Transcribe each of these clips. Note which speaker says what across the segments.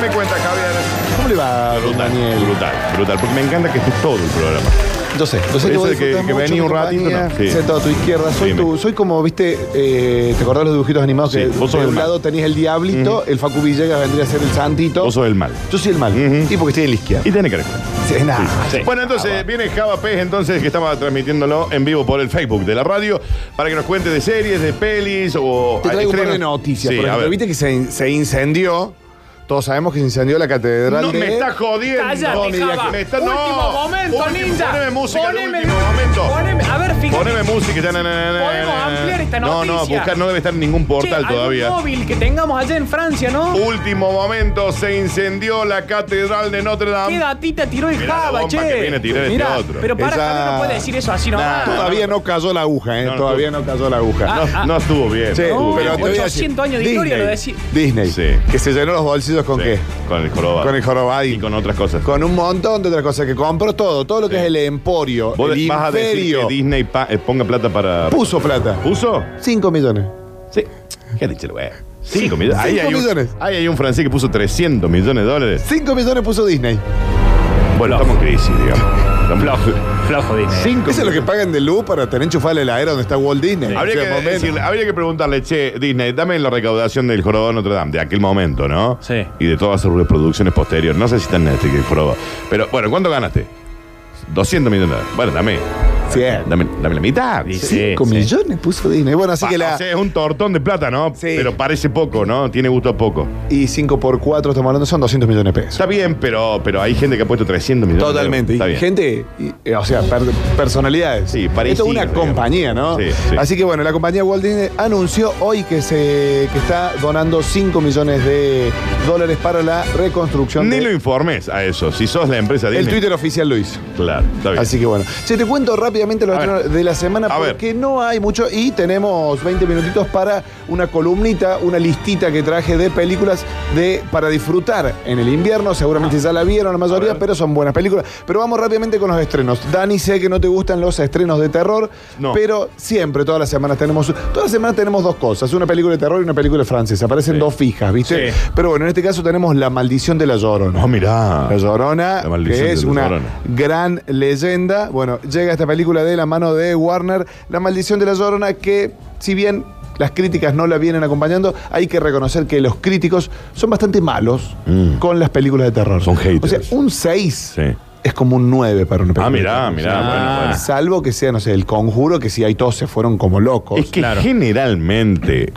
Speaker 1: me cuenta, Javier?
Speaker 2: ¿Cómo le va, don
Speaker 3: Brutal,
Speaker 2: Daniel?
Speaker 3: brutal, brutal. Porque me encanta que estés todo el programa.
Speaker 2: Yo sé, yo sé
Speaker 3: Por
Speaker 2: que
Speaker 3: eso
Speaker 2: vos
Speaker 3: de que-
Speaker 2: disfrutás
Speaker 3: que
Speaker 2: mucho
Speaker 3: venía
Speaker 2: de
Speaker 3: un ratito,
Speaker 2: compañía,
Speaker 3: no, sí.
Speaker 2: Sentado a tu izquierda, soy,
Speaker 3: Dime.
Speaker 2: tu, soy como, viste, eh, ¿te acordás los dibujitos animados?
Speaker 3: Sí,
Speaker 2: que
Speaker 3: vos sos
Speaker 2: de
Speaker 3: el
Speaker 2: un
Speaker 3: mal.
Speaker 2: lado tenés el diablito, el Facu Villegas vendría a ser el santito.
Speaker 3: Vos sos el mal.
Speaker 2: Yo soy el mal. Y porque estoy en la izquierda.
Speaker 3: Y tiene carácter.
Speaker 2: Sí, es nada.
Speaker 3: Ah, Bueno, entonces viene Java Pez, entonces, que estaba transmitiéndolo en vivo por el Facebook de la radio, para que nos cuente de series, de pelis o.
Speaker 2: ah,
Speaker 3: ah,
Speaker 2: Te traigo un par de
Speaker 3: estrenos.
Speaker 2: noticias.
Speaker 3: Sí,
Speaker 2: por
Speaker 3: a
Speaker 2: ejemplo,
Speaker 3: ver.
Speaker 2: viste que se, in- se incendió. Todos sabemos que se incendió la catedral.
Speaker 3: No
Speaker 2: de-
Speaker 3: me está jodiendo.
Speaker 4: Cállate,
Speaker 3: Mira,
Speaker 4: Java.
Speaker 3: que me está- no.
Speaker 4: último momento,
Speaker 3: Último-
Speaker 4: ninja.
Speaker 3: Poneme música de
Speaker 4: Poneme-
Speaker 3: último momento.
Speaker 4: Poneme, a ver, fíjate.
Speaker 3: Poneme música. ya, na, na, na, na,
Speaker 4: Podemos
Speaker 3: na, na.
Speaker 4: ampliar esta
Speaker 3: No, no,
Speaker 4: noticia.
Speaker 3: buscar, no debe estar en ningún
Speaker 4: Che,
Speaker 3: portal
Speaker 4: algún
Speaker 3: todavía. Uh,
Speaker 4: móvil que tengamos allá en Francia, ¿no?
Speaker 3: Último momento, se incendió la catedral de Notre
Speaker 4: ¿Qué
Speaker 3: Dame.
Speaker 4: datita tiró el
Speaker 3: um, Mirá la
Speaker 4: Java,
Speaker 3: bomba
Speaker 4: che?
Speaker 3: que viene a tirar este
Speaker 4: Mirá,
Speaker 3: otro.
Speaker 4: Pero para,
Speaker 2: Esa-
Speaker 4: Javi no Ah. puede decir eso así nomás.
Speaker 3: Nah,
Speaker 2: Todavía no cayó la aguja, ¿eh?
Speaker 3: No, no,
Speaker 2: Todavía no cayó la aguja.
Speaker 3: No, no estuvo bien.
Speaker 2: Sí,
Speaker 3: no estuvo
Speaker 2: pero
Speaker 3: bien.
Speaker 2: te voy a decir,
Speaker 4: 800 años de historia lo decí.
Speaker 2: Disney.
Speaker 3: Sí.
Speaker 2: Que se llenó los bolsillos con
Speaker 3: Sí,
Speaker 2: qué?
Speaker 3: Con el jorobado.
Speaker 2: Con el jorobadito.
Speaker 3: Y con otras cosas.
Speaker 2: Con un montón de otras cosas que compró todo, todo lo que
Speaker 3: Sí.
Speaker 2: es el emporio,
Speaker 3: Vos
Speaker 2: el
Speaker 3: vas a decir
Speaker 2: imperio.
Speaker 3: que Disney pa- eh, ponga plata para.
Speaker 2: Puso plata.
Speaker 3: ¿Puso?
Speaker 2: 5 millones.
Speaker 3: Sí. ¿Qué ha dicho el güey? Cinco millones. Ahí
Speaker 2: Cinco
Speaker 3: hay, un,
Speaker 2: millones.
Speaker 3: ahí hay un francés que puso 300 millones de dólares.
Speaker 2: 5 millones puso Disney.
Speaker 3: Bueno, estamos en crisis, digamos. Estamos-
Speaker 4: Flojo, flojo dinero.
Speaker 3: Cinco
Speaker 2: Eso es lo que
Speaker 3: millones.
Speaker 2: pagan de luz para tener enchufada la heladera donde está Walt Disney. O
Speaker 3: Habría
Speaker 2: sea,
Speaker 3: que,
Speaker 2: más o menos.
Speaker 3: decirle- habría que preguntarle, che, Disney, dame la recaudación del jorobado de Notre Dame, de aquel momento, ¿no?
Speaker 4: Sí.
Speaker 3: Y de todas sus reproducciones posteriores. No sé si está en Netflix el jorobado. Pero bueno, ¿cuánto ganaste? 200 millones de dólares. Bueno, dame.
Speaker 2: Cien.
Speaker 3: Dame, dame la mitad.
Speaker 4: Sí, sí.
Speaker 2: 5 millones puso Disney. Bueno, así
Speaker 3: Pa-
Speaker 2: que
Speaker 3: o
Speaker 2: la.
Speaker 3: sea, es un tortón de plata, ¿no?
Speaker 2: Sí.
Speaker 3: Pero parece poco, ¿no? Tiene gusto a poco.
Speaker 2: Y 5 por 4 estamos hablando, son 200 millones de pesos.
Speaker 3: Está bien, pero, pero hay gente que ha puesto 300 millones. de
Speaker 2: Totalmente.
Speaker 3: euros. Está
Speaker 2: Y
Speaker 3: bien.
Speaker 2: gente, y, eh, o sea, per- personalidades.
Speaker 3: Sí, parecido,
Speaker 2: Esto es una
Speaker 3: digamos.
Speaker 2: compañía, ¿no?
Speaker 3: Sí, sí.
Speaker 2: Así que bueno, la compañía Walt Disney anunció hoy que se que está donando 5 millones de dólares para la reconstrucción
Speaker 3: Ni
Speaker 2: de-
Speaker 3: lo informes a eso. Si sos la empresa Disney.
Speaker 2: el Twitter oficial lo hizo.
Speaker 3: Claro, está bien.
Speaker 2: Así que bueno, se te cuento rápidamente los
Speaker 3: A ver.
Speaker 2: estrenos de la semana
Speaker 3: A ver.
Speaker 2: porque no hay mucho y tenemos 20 minutitos para una columnita, una listita que traje de películas de para disfrutar en el invierno. Seguramente ya la vieron la mayoría, pero son buenas películas. Pero vamos rápidamente con los estrenos. Dani, sé que no te gustan los estrenos de terror,
Speaker 3: No.
Speaker 2: pero siempre todas las semanas tenemos todas las semanas tenemos dos cosas, una película de terror y una película francesa. Aparecen dos fijas, ¿viste?
Speaker 3: Sí.
Speaker 2: Pero bueno, en este caso tenemos La maldición de la llorona.
Speaker 3: No, Ah, mirá.
Speaker 2: La Llorona,
Speaker 3: La maldición
Speaker 2: que es
Speaker 3: de La
Speaker 2: una
Speaker 3: Llorona.
Speaker 2: gran leyenda. Bueno, llega esta película de la mano de Warner, La maldición de la Llorona, que si bien las críticas no la vienen acompañando, hay que reconocer que los críticos son bastante malos
Speaker 3: Mm.
Speaker 2: con las películas de terror.
Speaker 3: Son haters.
Speaker 2: O sea, un 6
Speaker 3: Sí.
Speaker 2: es como un 9 para una película.
Speaker 3: Ah,
Speaker 2: de
Speaker 3: mirá,
Speaker 2: terror.
Speaker 3: mirá.
Speaker 4: Ah.
Speaker 3: bueno, bueno.
Speaker 2: Salvo que sea, no sé, el conjuro, que si hay todos se fueron como locos.
Speaker 3: Es que
Speaker 4: Claro.
Speaker 3: generalmente,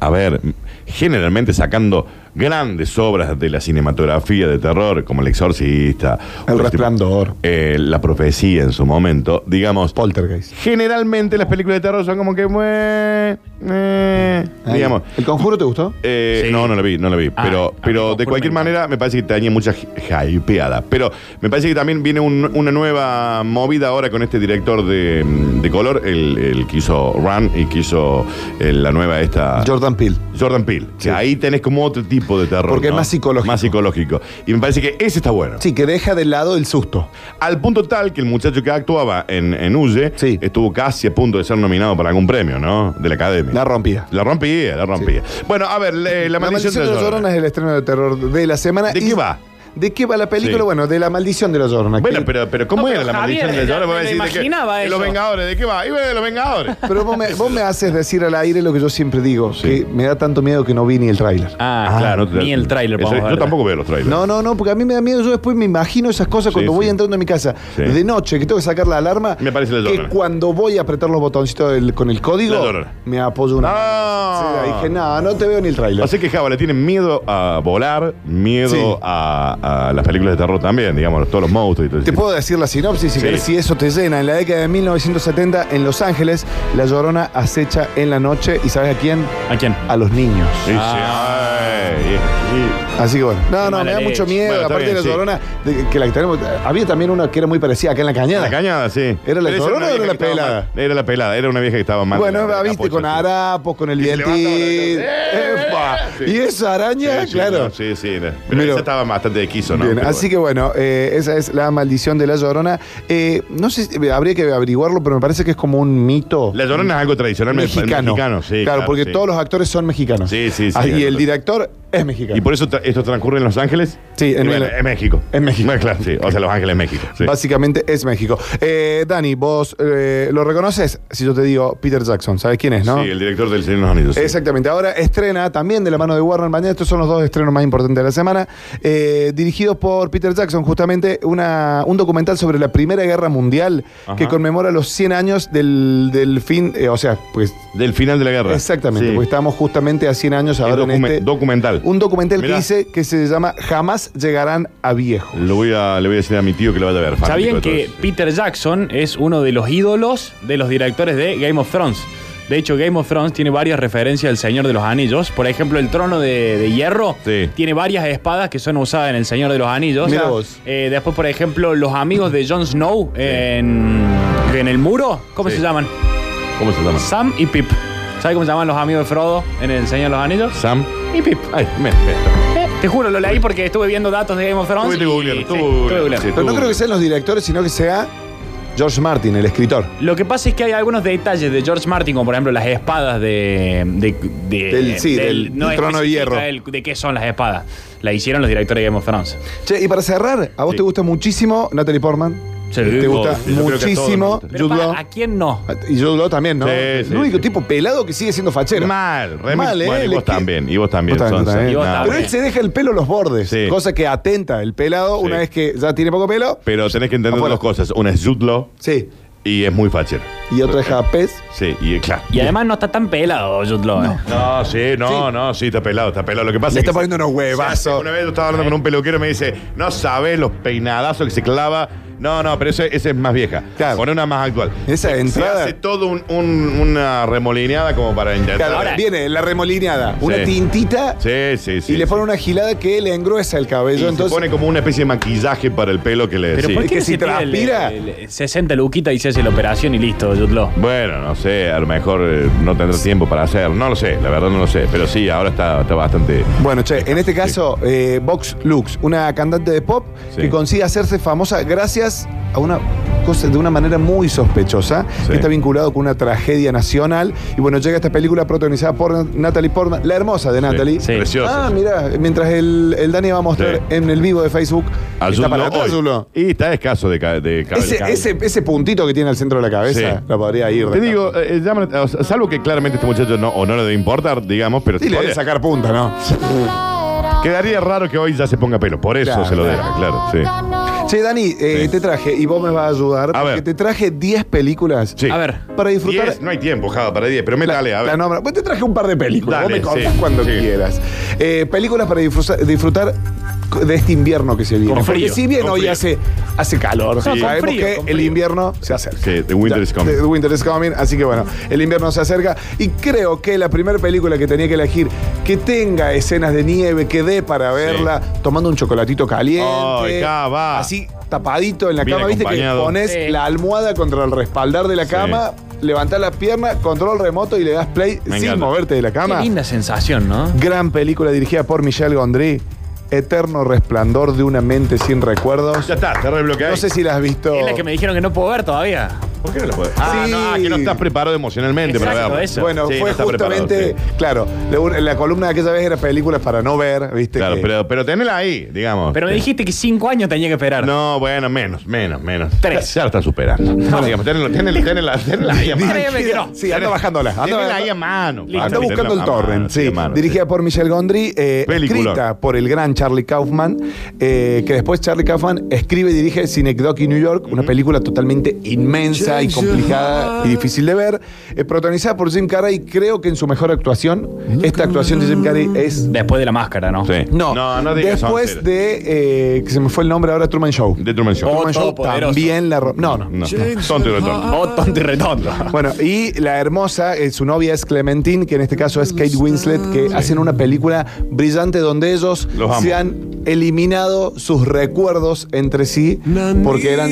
Speaker 3: a ver, generalmente sacando grandes obras de la cinematografía de terror, como El Exorcista,
Speaker 2: El
Speaker 3: o este-
Speaker 2: resplandor,
Speaker 3: eh, La Profecía en su momento, digamos.
Speaker 2: Poltergeist.
Speaker 3: Generalmente las películas de terror son como que. "Mue, mue",
Speaker 2: Ahí.
Speaker 3: digamos.
Speaker 2: ¿El conjuro te gustó?
Speaker 3: Eh,
Speaker 4: Sí.
Speaker 3: No, no la vi, no la vi.
Speaker 4: Ah,
Speaker 3: pero
Speaker 4: a mí
Speaker 3: pero de
Speaker 4: Conjuro
Speaker 3: cualquier
Speaker 4: me encanta.
Speaker 3: manera me parece que tenía mucha hi- hypeada. Pero me parece que también viene un- una nueva movida ahora con este director de, mm, de color, el, el que hizo Run y que hizo eh, la nueva esta...
Speaker 2: Jordan Peele.
Speaker 3: Jordan Peele. Que
Speaker 2: Sí.
Speaker 3: ahí tenés como otro tipo de terror.
Speaker 2: Porque es
Speaker 3: ¿no?
Speaker 2: más psicológico.
Speaker 3: Más psicológico. Y me parece que ese está bueno.
Speaker 2: Sí, que deja de lado el susto.
Speaker 3: Al punto tal que el muchacho que actuaba en, en Huye
Speaker 2: Sí.
Speaker 3: estuvo casi a punto de ser nominado para algún premio, ¿no? De la academia.
Speaker 2: La rompía.
Speaker 3: La rompía, la rompía. Bueno, a ver, le- la,
Speaker 2: La
Speaker 3: maldición de la Llorona.
Speaker 2: Llorona es el estreno de terror de la semana.
Speaker 3: ¿De
Speaker 2: Y-
Speaker 3: qué va?
Speaker 2: ¿De qué va la película?
Speaker 3: Sí.
Speaker 2: Bueno, de la maldición de la Llorona.
Speaker 3: Bueno,
Speaker 2: que-
Speaker 3: pero, pero ¿cómo
Speaker 4: No,
Speaker 3: era
Speaker 4: pero
Speaker 3: la
Speaker 4: Javier,
Speaker 3: maldición de Llorona?
Speaker 4: ya
Speaker 3: Vos
Speaker 4: me
Speaker 3: decís de que-
Speaker 4: imaginaba
Speaker 3: de
Speaker 4: eso. Ah,
Speaker 3: los Vengadores, ¿de qué va? Iba de los Vengadores.
Speaker 2: Pero vos me, vos me haces decir al aire lo que yo siempre digo,
Speaker 3: Sí.
Speaker 2: que me da tanto miedo que no vi ni el tráiler.
Speaker 4: Ah,
Speaker 3: no te-
Speaker 4: Ni el tráiler
Speaker 3: Eso-
Speaker 4: vamos a
Speaker 3: Yo
Speaker 4: ver.
Speaker 3: tampoco veo los trailers.
Speaker 2: No, no, no, porque a mí me da miedo. Yo después me imagino esas cosas
Speaker 3: Sí,
Speaker 2: cuando voy
Speaker 3: sí.
Speaker 2: entrando a mi casa.
Speaker 3: Sí.
Speaker 2: De noche, que tengo que sacar la alarma.
Speaker 3: Me parece la
Speaker 2: Que
Speaker 3: Llorona.
Speaker 2: cuando voy a apretar los botoncitos del- con el
Speaker 3: La
Speaker 2: código,
Speaker 3: Llorona.
Speaker 2: me apoyo una.
Speaker 3: No.
Speaker 2: Sí, dije, no, no te veo ni el tráiler.
Speaker 3: Así que Java le tienen miedo a volar, miedo
Speaker 2: Sí.
Speaker 3: a, a las películas de terror también, digamos, todos los monstruos y todo
Speaker 2: Te
Speaker 3: eso.
Speaker 2: puedo decir la sinopsis, si
Speaker 3: Sí.
Speaker 2: querés, si eso te llena. En la década de 1970, en Los Ángeles, la llorona acecha en la noche y ¿sabes a quién?
Speaker 4: ¿A quién?
Speaker 2: A los niños.
Speaker 3: Sí, sí,
Speaker 4: Ah.
Speaker 3: ay, y-
Speaker 2: Así que bueno. No, no,
Speaker 4: mala
Speaker 2: me da
Speaker 4: leche.
Speaker 2: mucho miedo.
Speaker 3: Bueno, está
Speaker 2: Aparte de la
Speaker 3: bien, sí.
Speaker 2: llorona, de- que la que tenemos. Había también una que era muy parecida acá en la
Speaker 3: y-
Speaker 2: cañada.
Speaker 3: La cañada, sí.
Speaker 2: ¿Era
Speaker 3: Pero
Speaker 2: la
Speaker 3: esa
Speaker 2: Llorona
Speaker 3: una
Speaker 2: o era
Speaker 3: vieja
Speaker 2: la
Speaker 3: que estaba
Speaker 2: pelada?
Speaker 3: mal. Era la pelada, era una vieja que estaba mal.
Speaker 2: bueno,
Speaker 3: la- la
Speaker 2: viste,
Speaker 3: polla,
Speaker 2: con
Speaker 3: sí.
Speaker 2: harapos, con el
Speaker 3: Y se
Speaker 2: dientín.
Speaker 3: levantaba la- ¡Eh!
Speaker 2: ¡Epa!
Speaker 3: Sí.
Speaker 2: Y esa araña,
Speaker 3: Sí, sí,
Speaker 2: claro.
Speaker 3: no, Sí, sí. no. Pero
Speaker 2: Mira.
Speaker 3: esa estaba bastante de quiso, ¿no?
Speaker 2: Bien,
Speaker 3: Pero
Speaker 2: así que bueno, eh, esa es la maldición de la llorona. Eh, no sé, si- habría que averiguarlo, pero me parece que es como un mito.
Speaker 3: La Llorona es algo tradicional me-
Speaker 2: mexicano.
Speaker 3: mexicano sí,
Speaker 2: claro, porque
Speaker 3: sí.
Speaker 2: todos los actores son mexicanos.
Speaker 3: Sí, sí, sí.
Speaker 2: Ah, y
Speaker 3: Claro.
Speaker 2: el director Es mexicano.
Speaker 3: Y por eso tra- esto transcurre en Los Ángeles.
Speaker 2: Sí, en
Speaker 3: Y bueno,
Speaker 2: el-
Speaker 3: en México.
Speaker 2: en México.
Speaker 3: Bueno, claro, sí. O sea, Los Ángeles, México. sí.
Speaker 2: Básicamente es México. Eh, Dani, vos eh, lo reconoces si yo te digo Peter Jackson. ¿Sabes quién es, no?
Speaker 3: Sí, el director del Señor de los Anillos. sí.
Speaker 2: Exactamente. Ahora estrena también de la mano de Warner mañana. Estos son los dos estrenos más importantes de la semana. Eh, dirigidos por Peter Jackson, justamente una, un documental sobre la Primera Guerra Mundial
Speaker 3: Ajá.
Speaker 2: que conmemora los 100 años del, del fin. eh, o sea, pues.
Speaker 3: Del final de la guerra.
Speaker 2: Exactamente,
Speaker 3: Sí.
Speaker 2: porque estamos justamente a 100 años
Speaker 3: Es
Speaker 2: ahora en
Speaker 3: documen-
Speaker 2: este-
Speaker 3: documental.
Speaker 2: un documental que
Speaker 3: Mirá.
Speaker 2: dice que se llama Jamás llegarán a viejo.
Speaker 3: Lo voy a, le voy a decir a mi tío que lo vaya a ver. fanático
Speaker 4: ¿Sabían
Speaker 3: de todo
Speaker 4: que
Speaker 3: eso.
Speaker 4: Peter Jackson es uno de los ídolos de los directores de Game of Thrones? De hecho, Game of Thrones tiene varias referencias al Señor de los Anillos. Por ejemplo, el trono de, de hierro
Speaker 3: Sí.
Speaker 4: tiene varias espadas que son usadas en el Señor de los Anillos.
Speaker 2: Mirá vos.
Speaker 4: Eh, después, por ejemplo, los amigos de Jon Snow en, en el muro. ¿Cómo
Speaker 3: Sí.
Speaker 4: se llaman?
Speaker 3: ¿Cómo se llama?
Speaker 4: Sam y Pip. ¿Sabes cómo se llaman los amigos de Frodo en el Señor de los Anillos?
Speaker 3: Sam.
Speaker 4: Y Pip.
Speaker 3: Ay, me esto.
Speaker 4: Eh, Te juro, lo leí porque estuve viendo datos de Game of Thrones.
Speaker 3: Estuviste
Speaker 4: y-
Speaker 3: googleando,
Speaker 4: sí,
Speaker 3: estuvo
Speaker 4: estuve
Speaker 3: googleando,
Speaker 4: googleando.
Speaker 3: sí.
Speaker 2: Pero no creo que sean los directores, sino que sea George Martin, el escritor.
Speaker 4: Lo que pasa es que hay algunos detalles de George Martin, como por ejemplo las espadas de. de- de-
Speaker 2: Del- sí, del- del trono de
Speaker 4: especifica
Speaker 2: hierro.
Speaker 4: el- de qué son las espadas. La hicieron los directores de Game of Thrones.
Speaker 2: Che, y para cerrar, ¿a vos
Speaker 3: Sí.
Speaker 2: te gusta muchísimo Natalie Portman?
Speaker 4: Sí,
Speaker 2: ¿Te gusta
Speaker 3: sí, yo creo que a todos nos
Speaker 2: muchísimo
Speaker 3: gusta.
Speaker 4: Pero
Speaker 2: Jude
Speaker 4: para,
Speaker 2: Law?
Speaker 4: ¿A quién no?
Speaker 2: Y Jude Law también, ¿no?
Speaker 3: Sí,
Speaker 2: el
Speaker 3: sí,
Speaker 2: único
Speaker 3: sí.
Speaker 2: tipo pelado que sigue siendo fachero.
Speaker 3: Mal, re
Speaker 2: Mal, ¿eh?
Speaker 3: Bueno, y
Speaker 2: Le
Speaker 3: vos
Speaker 2: que-
Speaker 3: también. Y vos también.
Speaker 2: Vos también,
Speaker 3: Sonsa.
Speaker 2: vos también.
Speaker 4: Y vos
Speaker 3: Nada.
Speaker 2: Pero
Speaker 4: también.
Speaker 2: él se deja el pelo a los bordes,
Speaker 3: Sí.
Speaker 2: cosa que atenta. El pelado,
Speaker 3: Sí.
Speaker 2: una vez que ya tiene poco pelo,
Speaker 3: Pero tenés que entender
Speaker 2: Afuera.
Speaker 3: dos cosas. Una es Jude Law
Speaker 2: sí.
Speaker 3: y es muy fachero.
Speaker 2: Y otra es Japés.
Speaker 3: Sí, y eh, claro.
Speaker 4: Y además no está tan pelado Jude Law. eh.
Speaker 3: No, sí, no,
Speaker 2: Sí.
Speaker 3: no, sí, está pelado, está pelado. Lo que pasa
Speaker 2: Le
Speaker 3: es que.
Speaker 2: está poniendo unos huevazos.
Speaker 3: se hace- Una vez yo estaba hablando con un peluquero y me dice, no sabes los peinadazos que se clava. No, no, pero esa es más vieja.
Speaker 2: Claro.
Speaker 3: Pon una más actual.
Speaker 2: Esa
Speaker 3: Se-
Speaker 2: entrada-
Speaker 3: Se hace todo un- un- una remolineada como para intentar.
Speaker 2: Claro,
Speaker 4: Ahora-
Speaker 2: viene la remolineada, una
Speaker 3: Sí.
Speaker 2: tintita
Speaker 3: Sí, sí, sí.
Speaker 2: y le
Speaker 3: sí.
Speaker 2: pone una gilada que le engruesa el
Speaker 3: Y
Speaker 2: cabello.
Speaker 3: se
Speaker 2: entonces,
Speaker 3: pone como una especie de maquillaje para el pelo que le
Speaker 4: Pero
Speaker 3: sí.
Speaker 4: ¿por
Speaker 2: Es
Speaker 4: qué
Speaker 2: que
Speaker 4: no
Speaker 2: si
Speaker 4: se tira el-
Speaker 2: transpira-
Speaker 4: el- el 60 luquita y se hace la operación y listo, Jude Law?
Speaker 3: Bueno, no sé, a lo mejor eh, no tendrá tiempo para hacer, no lo sé, la verdad no lo sé, pero sí, ahora está, está bastante...
Speaker 2: Bueno, che, en este caso, eh, Vox Lux, una cantante de pop
Speaker 3: Sí.
Speaker 2: que consigue hacerse famosa gracias a una cosa de una manera muy sospechosa,
Speaker 3: Sí.
Speaker 2: que está vinculado con una tragedia nacional. Y bueno, llega esta película protagonizada por Nat- Natalie Portman, la hermosa de Natalie.
Speaker 3: eh,
Speaker 4: Sí.
Speaker 3: Preciosa.
Speaker 2: Ah, mira, mientras el, el Dani va a mostrar
Speaker 3: Sí.
Speaker 2: en el vivo de Facebook.
Speaker 3: Al
Speaker 2: Ah, está
Speaker 3: Zulo
Speaker 2: para atrás,
Speaker 3: hoy.
Speaker 2: Zulo.
Speaker 3: Y está escaso de, ca- de cabello.
Speaker 2: Ese, ese, ese puntito que tiene al centro de la cabeza
Speaker 3: Sí.
Speaker 2: lo podría ir.
Speaker 3: Te
Speaker 2: de-
Speaker 3: digo, eh, llaman- o sea, salvo que claramente este muchacho no, o no le debe importar, digamos, pero
Speaker 2: Sí, le debe
Speaker 3: podría-
Speaker 2: sacar punta, ¿no?
Speaker 3: quedaría raro que hoy ya se ponga pelo, por eso
Speaker 2: Claro,
Speaker 3: se lo
Speaker 2: claro.
Speaker 3: deja, claro, sí.
Speaker 2: Che, Dani, eh,
Speaker 3: Sí.
Speaker 2: te traje, y vos me vas a ayudar,
Speaker 3: A
Speaker 2: porque
Speaker 3: ver.
Speaker 2: te traje 10 películas
Speaker 3: Sí.
Speaker 4: A ver,
Speaker 2: para disfrutar.
Speaker 3: Diez, no hay tiempo, Java, para 10, pero métale, a ver.
Speaker 2: La nombra. Pues te traje un par de películas.
Speaker 3: Dale,
Speaker 2: vos me
Speaker 3: sí,
Speaker 2: contás cuando
Speaker 3: sí.
Speaker 2: quieras. Eh, películas para disfruta- disfrutar de este invierno que se viene.
Speaker 4: Con
Speaker 2: Porque
Speaker 4: frío,
Speaker 2: si bien
Speaker 3: con
Speaker 2: hoy
Speaker 3: frío.
Speaker 2: hace, hace calor,
Speaker 4: con
Speaker 2: sabemos
Speaker 4: frío,
Speaker 2: que
Speaker 4: con
Speaker 2: el
Speaker 4: frío.
Speaker 2: invierno se acerca.
Speaker 3: Sí, the winter
Speaker 2: Ya,
Speaker 3: is coming.
Speaker 2: The winter is coming. Así que bueno, el invierno se acerca. Y creo que la primera película que tenía que elegir, que tenga escenas de nieve, que dé para verla, tomando un chocolatito caliente.
Speaker 3: Ay, Java.
Speaker 2: Así tapadito en la
Speaker 3: Bien
Speaker 2: cama, viste que
Speaker 3: acompañado.
Speaker 2: pones
Speaker 4: Sí.
Speaker 2: la almohada contra el respaldar de la
Speaker 3: Sí.
Speaker 2: cama, levantás la pierna, control remoto y le das play
Speaker 3: Me
Speaker 2: sin
Speaker 3: encanta.
Speaker 2: moverte de la
Speaker 4: qué
Speaker 2: cama.
Speaker 4: linda sensación, ¿no?
Speaker 2: Gran película dirigida por Michel Gondry. Eterno resplandor de una mente sin recuerdos.
Speaker 3: Ya está, te rebloqueé.
Speaker 2: No sé si la has visto.
Speaker 4: Es la que me dijeron que no puedo ver todavía.
Speaker 3: ¿Por qué no lo puedes? Ah,
Speaker 2: Sí.
Speaker 3: no, ah, que no estás preparado emocionalmente para
Speaker 4: Exacto,
Speaker 3: verlo.
Speaker 4: eso.
Speaker 2: Bueno,
Speaker 3: Sí, no
Speaker 2: fue
Speaker 3: está preparado,
Speaker 2: justamente,
Speaker 3: sí.
Speaker 2: claro, la, la columna de aquella vez era películas para no ver, ¿viste?
Speaker 3: Claro,
Speaker 2: este que-
Speaker 3: pero, pero tenela ahí, digamos.
Speaker 4: Pero me dijiste que cinco años tenía que esperar.
Speaker 3: No, bueno, menos, menos, menos.
Speaker 4: Tres.
Speaker 3: Ya, ya lo está superando. Digamos, tenela, tenela, tenela, tenela ahí a mano.
Speaker 4: Créeme que no.
Speaker 2: Sí, anda bajándola. Anda,
Speaker 3: Tenela ahí a
Speaker 2: anda-
Speaker 3: mano.
Speaker 4: Listo.
Speaker 2: anda
Speaker 3: Paco,
Speaker 2: buscando el
Speaker 3: tenela a mano,
Speaker 2: torrent, sí.
Speaker 3: a mano,
Speaker 2: Dirigida por Michel Gondry, eh,
Speaker 3: Peliculón.
Speaker 2: escrita por el gran Charlie Kaufman, eh, que después Charlie Kaufman escribe y dirige Cinecdoc y New York, una película totalmente inmensa y complicada y difícil de ver, eh, protagonizada por Jim Carrey, creo que en su mejor actuación, esta actuación de Jim Carrey es...
Speaker 4: Después de la máscara, ¿no?
Speaker 3: Sí.
Speaker 2: No,
Speaker 3: no, no digas
Speaker 2: después
Speaker 3: sonceras.
Speaker 2: de, eh, que se me fue el nombre ahora, Truman Show.
Speaker 3: De Truman Show.
Speaker 4: Oh,
Speaker 2: Truman Show
Speaker 4: todopoderoso.
Speaker 2: también la... ro- No, no.
Speaker 3: No, tonto y retorno.
Speaker 4: Oh, tonto y redondo.
Speaker 2: Bueno, y la hermosa, eh, su novia es Clementine, que en este caso es Kate Winslet, que hacen una película brillante donde ellos
Speaker 3: Los amo.
Speaker 2: se han eliminado sus recuerdos entre sí, porque eran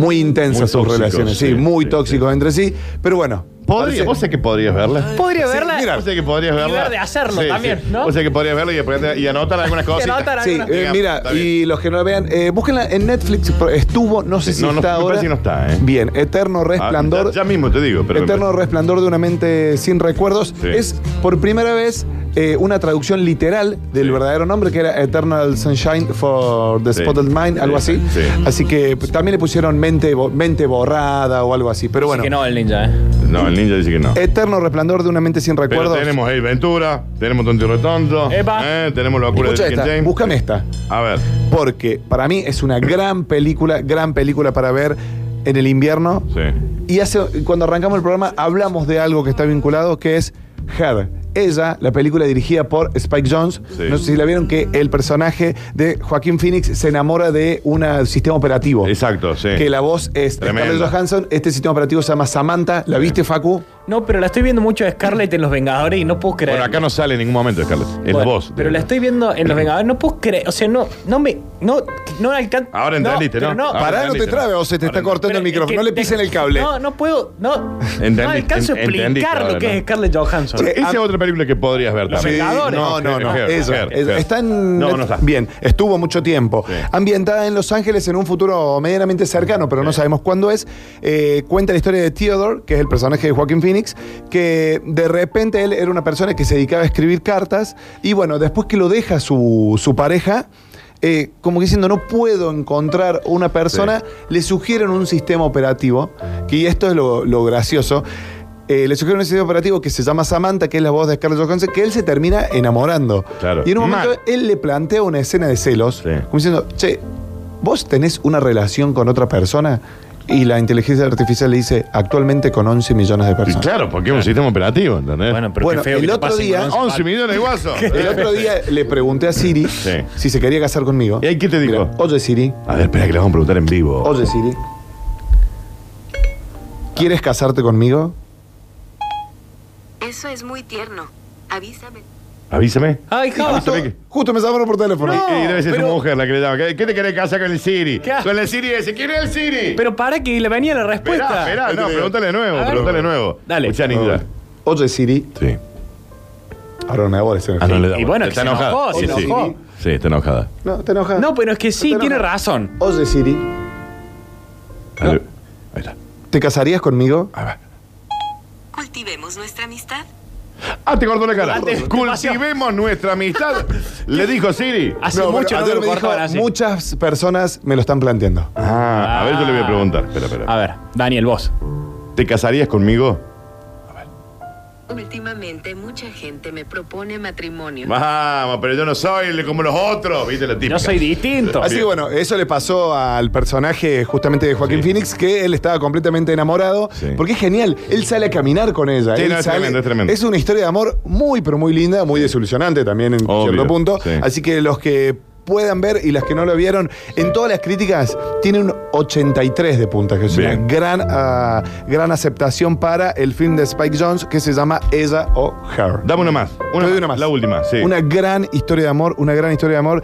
Speaker 2: muy intensas
Speaker 3: Muy
Speaker 2: sus
Speaker 3: tóxicos,
Speaker 2: relaciones, sí,
Speaker 3: sí,
Speaker 2: muy
Speaker 3: sí,
Speaker 2: tóxicos entre sí. Pero bueno,
Speaker 3: Podría,
Speaker 2: parece-
Speaker 3: vos sé que podrías verla.
Speaker 4: Podría verla.
Speaker 3: Mira, vos sé que podrías
Speaker 4: Y
Speaker 3: verla.
Speaker 4: ver de hacerlo también, ¿no?
Speaker 3: Vos sé que podrías verla y, aprender- y anotar algunas Ah, cosas.
Speaker 4: anotar
Speaker 2: Sí,
Speaker 4: algunas-
Speaker 2: eh,
Speaker 3: Digamos,
Speaker 2: mira,
Speaker 3: está bien.
Speaker 2: y los que no la vean, eh, búsquenla en Netflix, pero estuvo, no sé
Speaker 3: Sí,
Speaker 2: si
Speaker 3: no, no,
Speaker 2: está
Speaker 3: me
Speaker 2: ahora.
Speaker 3: parece que no está, ¿eh?
Speaker 2: Bien, Eterno
Speaker 3: Ah,
Speaker 2: Resplandor.
Speaker 3: ya, ya mismo te digo, pero.
Speaker 2: Eterno resplandor de una mente sin recuerdos.
Speaker 3: Sí.
Speaker 2: Es por primera vez eh, una traducción literal del
Speaker 3: Sí.
Speaker 2: verdadero nombre, que era Eternal Sunshine for the
Speaker 3: Sí.
Speaker 2: Spotted Mind, algo
Speaker 3: Sí,
Speaker 2: así.
Speaker 3: sí.
Speaker 2: Así que pues, también le pusieron mente, bo- mente borrada o algo así. Pero bueno,
Speaker 4: que no, el ninja, ¿eh?
Speaker 3: No, el ninja dice que no.
Speaker 2: Eterno resplandor de una mente sin
Speaker 3: Pero
Speaker 2: Eh, recuerdos.
Speaker 3: tenemos Hey Ventura, tenemos Tonto y Retonto,
Speaker 4: Epa.
Speaker 3: eh, tenemos Locura
Speaker 2: Escucha
Speaker 3: de Dick and
Speaker 2: esta,
Speaker 3: Jane.
Speaker 2: búscame esta.
Speaker 3: A ver,
Speaker 2: Porque para mí es una gran película, gran película para ver en el invierno.
Speaker 3: sí.
Speaker 2: Y hace, cuando arrancamos el programa hablamos de algo que está vinculado, que es Her. Ella, la película dirigida por Spike Jones,
Speaker 3: Sí.
Speaker 2: no sé si la vieron, que el personaje de Joaquín Phoenix se enamora de un sistema operativo.
Speaker 3: Exacto, sí.
Speaker 2: Que la voz es
Speaker 3: Tremendo.
Speaker 2: Scarlett Johansson, este sistema operativo se llama Samantha, ¿la viste Facu?
Speaker 4: No, pero la estoy viendo mucho a Scarlett en Los Vengadores y no puedo creer.
Speaker 3: Bueno, acá no sale en ningún momento, Scarlett. Es la
Speaker 4: Bueno,
Speaker 3: voz.
Speaker 4: Pero la estoy viendo en Los Vengadores, no puedo creer. O sea, no, no me. No, no alcanza.
Speaker 3: Ahora entendiste, ¿no?
Speaker 4: no,
Speaker 3: Ahora
Speaker 2: Pará, no te
Speaker 3: entendiste,
Speaker 2: trabes,
Speaker 3: ¿no?
Speaker 2: o se te está
Speaker 3: Ahora
Speaker 2: cortando el
Speaker 4: Pero es
Speaker 2: micrófono,
Speaker 4: que
Speaker 2: no le pisen
Speaker 4: te-
Speaker 2: el cable.
Speaker 4: No, no puedo. No,
Speaker 3: Entendiste,
Speaker 4: no alcanzo a
Speaker 3: en- entendiste
Speaker 4: explicar
Speaker 3: ahora,
Speaker 4: lo que
Speaker 3: ¿no?
Speaker 4: es Scarlett Johansson.
Speaker 2: Sí.
Speaker 3: Esa es otra película que podrías ver
Speaker 4: Los
Speaker 3: también.
Speaker 4: Vengadores.
Speaker 2: No, no, no.
Speaker 3: Ger,
Speaker 2: eso,
Speaker 3: Ger,
Speaker 2: eso.
Speaker 3: Ger.
Speaker 2: Está en.
Speaker 3: No, no está.
Speaker 2: Bien, estuvo mucho tiempo.
Speaker 3: Sí.
Speaker 2: Ambientada en Los Ángeles en un futuro medianamente cercano, pero no sabemos cuándo es. eh, cuenta la historia de Theodore, que es el personaje de Joaquín Phoenix, que de repente él era una persona que se dedicaba a escribir cartas. Y bueno, después que lo deja su, su pareja. eh, como que diciendo, no puedo encontrar una persona, le sugieren un sistema operativo, que y esto es lo, lo gracioso, eh, le sugieren un sistema operativo que se llama Samantha, que es la voz de Scarlett Johansson, que él se termina enamorando.
Speaker 3: Claro.
Speaker 2: Y en un momento
Speaker 3: Mal.
Speaker 2: él le plantea una escena de celos,
Speaker 3: Sí.
Speaker 2: como diciendo, che, vos tenés una relación con otra persona y la inteligencia artificial le dice, actualmente con 11 millones de
Speaker 3: Y
Speaker 2: personas.
Speaker 3: claro, porque es un sistema operativo, ¿entendés?
Speaker 4: Bueno, pero
Speaker 2: Bueno,
Speaker 4: qué feo
Speaker 2: el
Speaker 4: que te
Speaker 2: otro
Speaker 4: pasen
Speaker 2: día-
Speaker 4: con once
Speaker 3: 11 millones de guasos.
Speaker 2: El otro día le pregunté a Siri
Speaker 3: Sí.
Speaker 2: si se quería casar conmigo.
Speaker 3: ¿Y ahí qué te dijo?
Speaker 2: Mira, Oye Siri,
Speaker 3: A ver, espera que le vamos a preguntar en vivo.
Speaker 2: oye Siri, ¿quieres casarte conmigo?
Speaker 1: Eso es muy tierno. Avísame.
Speaker 3: Avísame.
Speaker 4: Ay, Java.
Speaker 2: Justo,
Speaker 3: ve que-
Speaker 2: justo me llamaron por teléfono. eh,
Speaker 3: Y- y debe ser
Speaker 4: pero-
Speaker 3: tu mujer la que le llama. ¿Qué, qué te querés casar con el Siri?
Speaker 4: ¿Qué haces?
Speaker 3: Con el Siri ese. ¿Quién es el Siri?
Speaker 4: Pero para que le venía la respuesta.
Speaker 3: Esperá, esperá, no, pregúntale de nuevo,
Speaker 4: A ver.
Speaker 3: pregúntale de nuevo.
Speaker 4: Dale.
Speaker 3: Escuchá, Ninja.
Speaker 2: Oye Siri,
Speaker 3: Sí.
Speaker 2: ahora no me abores.
Speaker 3: Ah, no le da.
Speaker 4: Y bueno, que se enojó,
Speaker 3: Sí,
Speaker 2: se
Speaker 3: sí.
Speaker 2: enojó.
Speaker 3: Sí, está enojada.
Speaker 2: No, te enojas.
Speaker 4: Oh. No, pero es que sí,
Speaker 2: Pero-
Speaker 4: tiene razón.
Speaker 2: Oye Siri,
Speaker 3: A ver, Ahí está.
Speaker 2: ¿te casarías conmigo?
Speaker 3: Ahí va.
Speaker 1: Cultivemos nuestra amistad.
Speaker 3: Ah, te cortó la cara.
Speaker 4: Ah, te-
Speaker 3: Cultivemos nuestra amistad. Le dijo Siri.
Speaker 4: Hace
Speaker 2: No,
Speaker 4: mucho
Speaker 2: bueno,
Speaker 4: no
Speaker 2: ayer
Speaker 4: lo
Speaker 2: me dijo,
Speaker 4: cortaban así.
Speaker 2: Muchas personas me lo están planteando.
Speaker 3: Ah, a ver, yo le voy a preguntar. Espera, espera.
Speaker 4: A ver, Daniel, vos.
Speaker 3: ¿Te casarías conmigo?
Speaker 1: Últimamente mucha gente me propone matrimonio.
Speaker 3: Vamos, pero yo no soy el- como los otros, ¿viste? La típica.
Speaker 4: Yo soy distinto.
Speaker 2: Así que bueno, eso le pasó al personaje justamente de Joaquín
Speaker 3: Sí.
Speaker 2: Phoenix, que él estaba completamente enamorado,
Speaker 3: Sí.
Speaker 2: porque es genial, él sale a caminar con ella.
Speaker 3: Sí,
Speaker 2: él
Speaker 3: no, es
Speaker 2: sale-
Speaker 3: tremendo, es tremendo.
Speaker 2: es una historia de amor muy, pero muy linda, muy desilusionante también en
Speaker 3: Obvio,
Speaker 2: cierto punto.
Speaker 3: sí.
Speaker 2: Así que los que puedan ver y las que no lo vieron, en todas las críticas tiene un 83 de punta, que es una
Speaker 3: Bien.
Speaker 2: gran, ah, gran aceptación para el film de Spike Jones que se llama Ella o Her.
Speaker 3: Dame una más. Una,
Speaker 2: Te doy una más.
Speaker 3: La última, sí.
Speaker 2: Una gran historia de amor, una gran historia de amor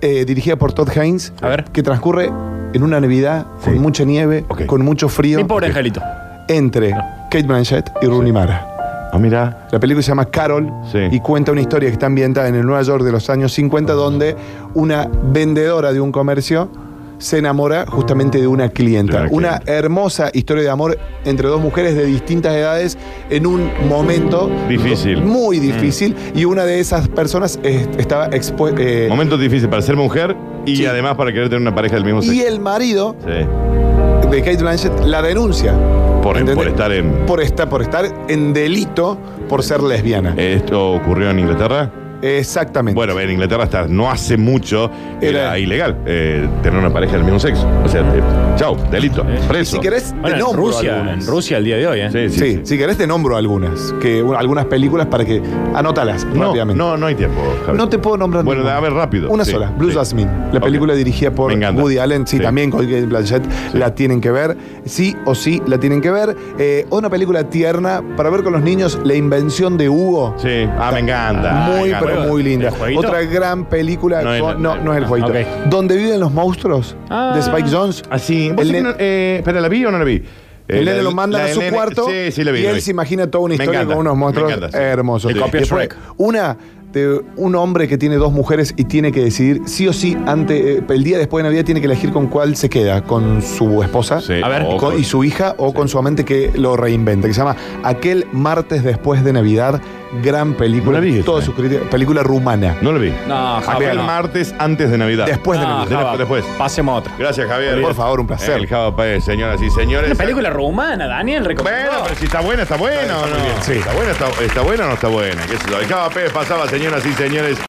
Speaker 2: eh, dirigida por Todd Haynes.
Speaker 4: A ver.
Speaker 2: Que transcurre en una Navidad
Speaker 3: Sí.
Speaker 2: con mucha nieve,
Speaker 3: Ok.
Speaker 2: con mucho frío.
Speaker 4: Mi pobre angelito.
Speaker 2: Entre Kate Blanchett y Rooney Mara.
Speaker 3: Ah, mira.
Speaker 2: La película se llama Carol
Speaker 3: Sí.
Speaker 2: y cuenta una historia que está ambientada en el Nueva York de los años 50, donde una vendedora de un comercio se enamora justamente de una clienta.
Speaker 3: De una
Speaker 2: Una,
Speaker 3: clienta.
Speaker 2: hermosa historia de amor entre dos mujeres de distintas edades en un momento
Speaker 3: Difícil. Mm.
Speaker 2: muy difícil y una de esas personas eh, estaba eh, expuesta.
Speaker 3: Momento difícil para ser mujer y
Speaker 2: Sí.
Speaker 3: además para querer tener una pareja del mismo
Speaker 2: y eh,
Speaker 3: sexo.
Speaker 2: el marido
Speaker 3: Sí.
Speaker 2: de Kate Blanchett la denuncia.
Speaker 3: Por,
Speaker 2: ¿entendés?
Speaker 3: por estar en.
Speaker 2: Por esta- por estar en delito por ser lesbiana.
Speaker 3: ¿Esto ocurrió en Inglaterra?
Speaker 2: Exactamente.
Speaker 3: Eh. Bueno, en Inglaterra hasta no hace mucho era,
Speaker 2: Era-
Speaker 3: ilegal eh, tener una pareja del mismo sexo. O sea, te- chau, delito,
Speaker 4: Eh,
Speaker 3: preso.
Speaker 2: si querés,
Speaker 4: Bueno,
Speaker 2: te
Speaker 4: en
Speaker 2: nombro
Speaker 4: Rusia,
Speaker 2: algunas.
Speaker 4: en Rusia el día de hoy, ¿eh?
Speaker 3: Sí, sí,
Speaker 2: Sí,
Speaker 3: sí.
Speaker 2: si querés te nombro algunas, que u- algunas películas para que anótalas
Speaker 3: No,
Speaker 2: rápidamente.
Speaker 3: no, no hay tiempo. Javier.
Speaker 2: No te puedo nombrar
Speaker 3: Bueno,
Speaker 2: ninguna.
Speaker 3: a ver, rápido.
Speaker 2: Una
Speaker 3: Sí,
Speaker 2: sola, Blue
Speaker 3: sí.
Speaker 2: Jasmine, la
Speaker 3: Ok.
Speaker 2: película dirigida por
Speaker 3: Me encanta.
Speaker 2: Woody Allen. Sí,
Speaker 3: Sí.
Speaker 2: también con Kate Blanchett la tienen que ver. Sí o sí la tienen que ver. Eh, una película tierna para ver con los niños, La invención de Hugo.
Speaker 3: Sí, ah, me encanta. me
Speaker 2: Muy,
Speaker 3: encanta.
Speaker 2: pero
Speaker 4: juego-
Speaker 2: muy linda.
Speaker 4: el jueguito?
Speaker 2: Otra gran película.
Speaker 3: No es
Speaker 2: con-
Speaker 3: la-
Speaker 2: No, no, es el jueguito.
Speaker 4: Ok.
Speaker 2: Donde viven los monstruos
Speaker 4: Ah.
Speaker 2: de Spike Jones.
Speaker 3: Así.
Speaker 2: El ne-
Speaker 3: eh, ¿Pero la vi o no la vi?
Speaker 2: El
Speaker 3: la-
Speaker 2: nene lo mandan
Speaker 3: la
Speaker 2: a su
Speaker 3: nene-
Speaker 2: cuarto
Speaker 3: Sí, sí, la vi.
Speaker 2: y
Speaker 3: la
Speaker 2: él
Speaker 3: vi.
Speaker 2: se imagina toda una
Speaker 3: Me
Speaker 2: historia
Speaker 3: encanta,
Speaker 2: con unos
Speaker 3: me
Speaker 2: monstruos
Speaker 3: encanta, sí.
Speaker 2: hermosos.
Speaker 4: Le copia
Speaker 2: Después,
Speaker 4: Shrek.
Speaker 2: Una de un hombre que tiene dos mujeres y tiene que decidir sí o sí ante eh, el día después de Navidad tiene que elegir con cuál se queda, con su esposa
Speaker 3: Sí,
Speaker 4: A ver,
Speaker 3: o
Speaker 2: con-
Speaker 3: con-
Speaker 2: y su hija o con su amante que lo reinventa, que se llama Aquel martes después de Navidad, gran película.
Speaker 3: No la vi esa,
Speaker 2: Todas
Speaker 3: eh.
Speaker 2: sus críticas. Película rumana.
Speaker 3: No lo vi.
Speaker 4: No,
Speaker 3: Javier,
Speaker 4: Javier,
Speaker 3: el
Speaker 4: no.
Speaker 3: martes antes de Navidad.
Speaker 2: Después de
Speaker 4: No,
Speaker 2: Navidad.
Speaker 4: Java,
Speaker 3: Después, después.
Speaker 4: Pasemos a otra.
Speaker 3: Gracias, Javier.
Speaker 2: Por favor, un placer.
Speaker 3: El Java Paez, señoras y señores.
Speaker 4: Una película rumana, Daniel,
Speaker 3: Bueno,
Speaker 4: recomendó.
Speaker 3: pero si está buena, está buena o no.
Speaker 2: bien, sí.
Speaker 3: Está buena, está, está buena o no está buena. ¿Qué sé yo? El Java Paez pasaba, señoras y señores.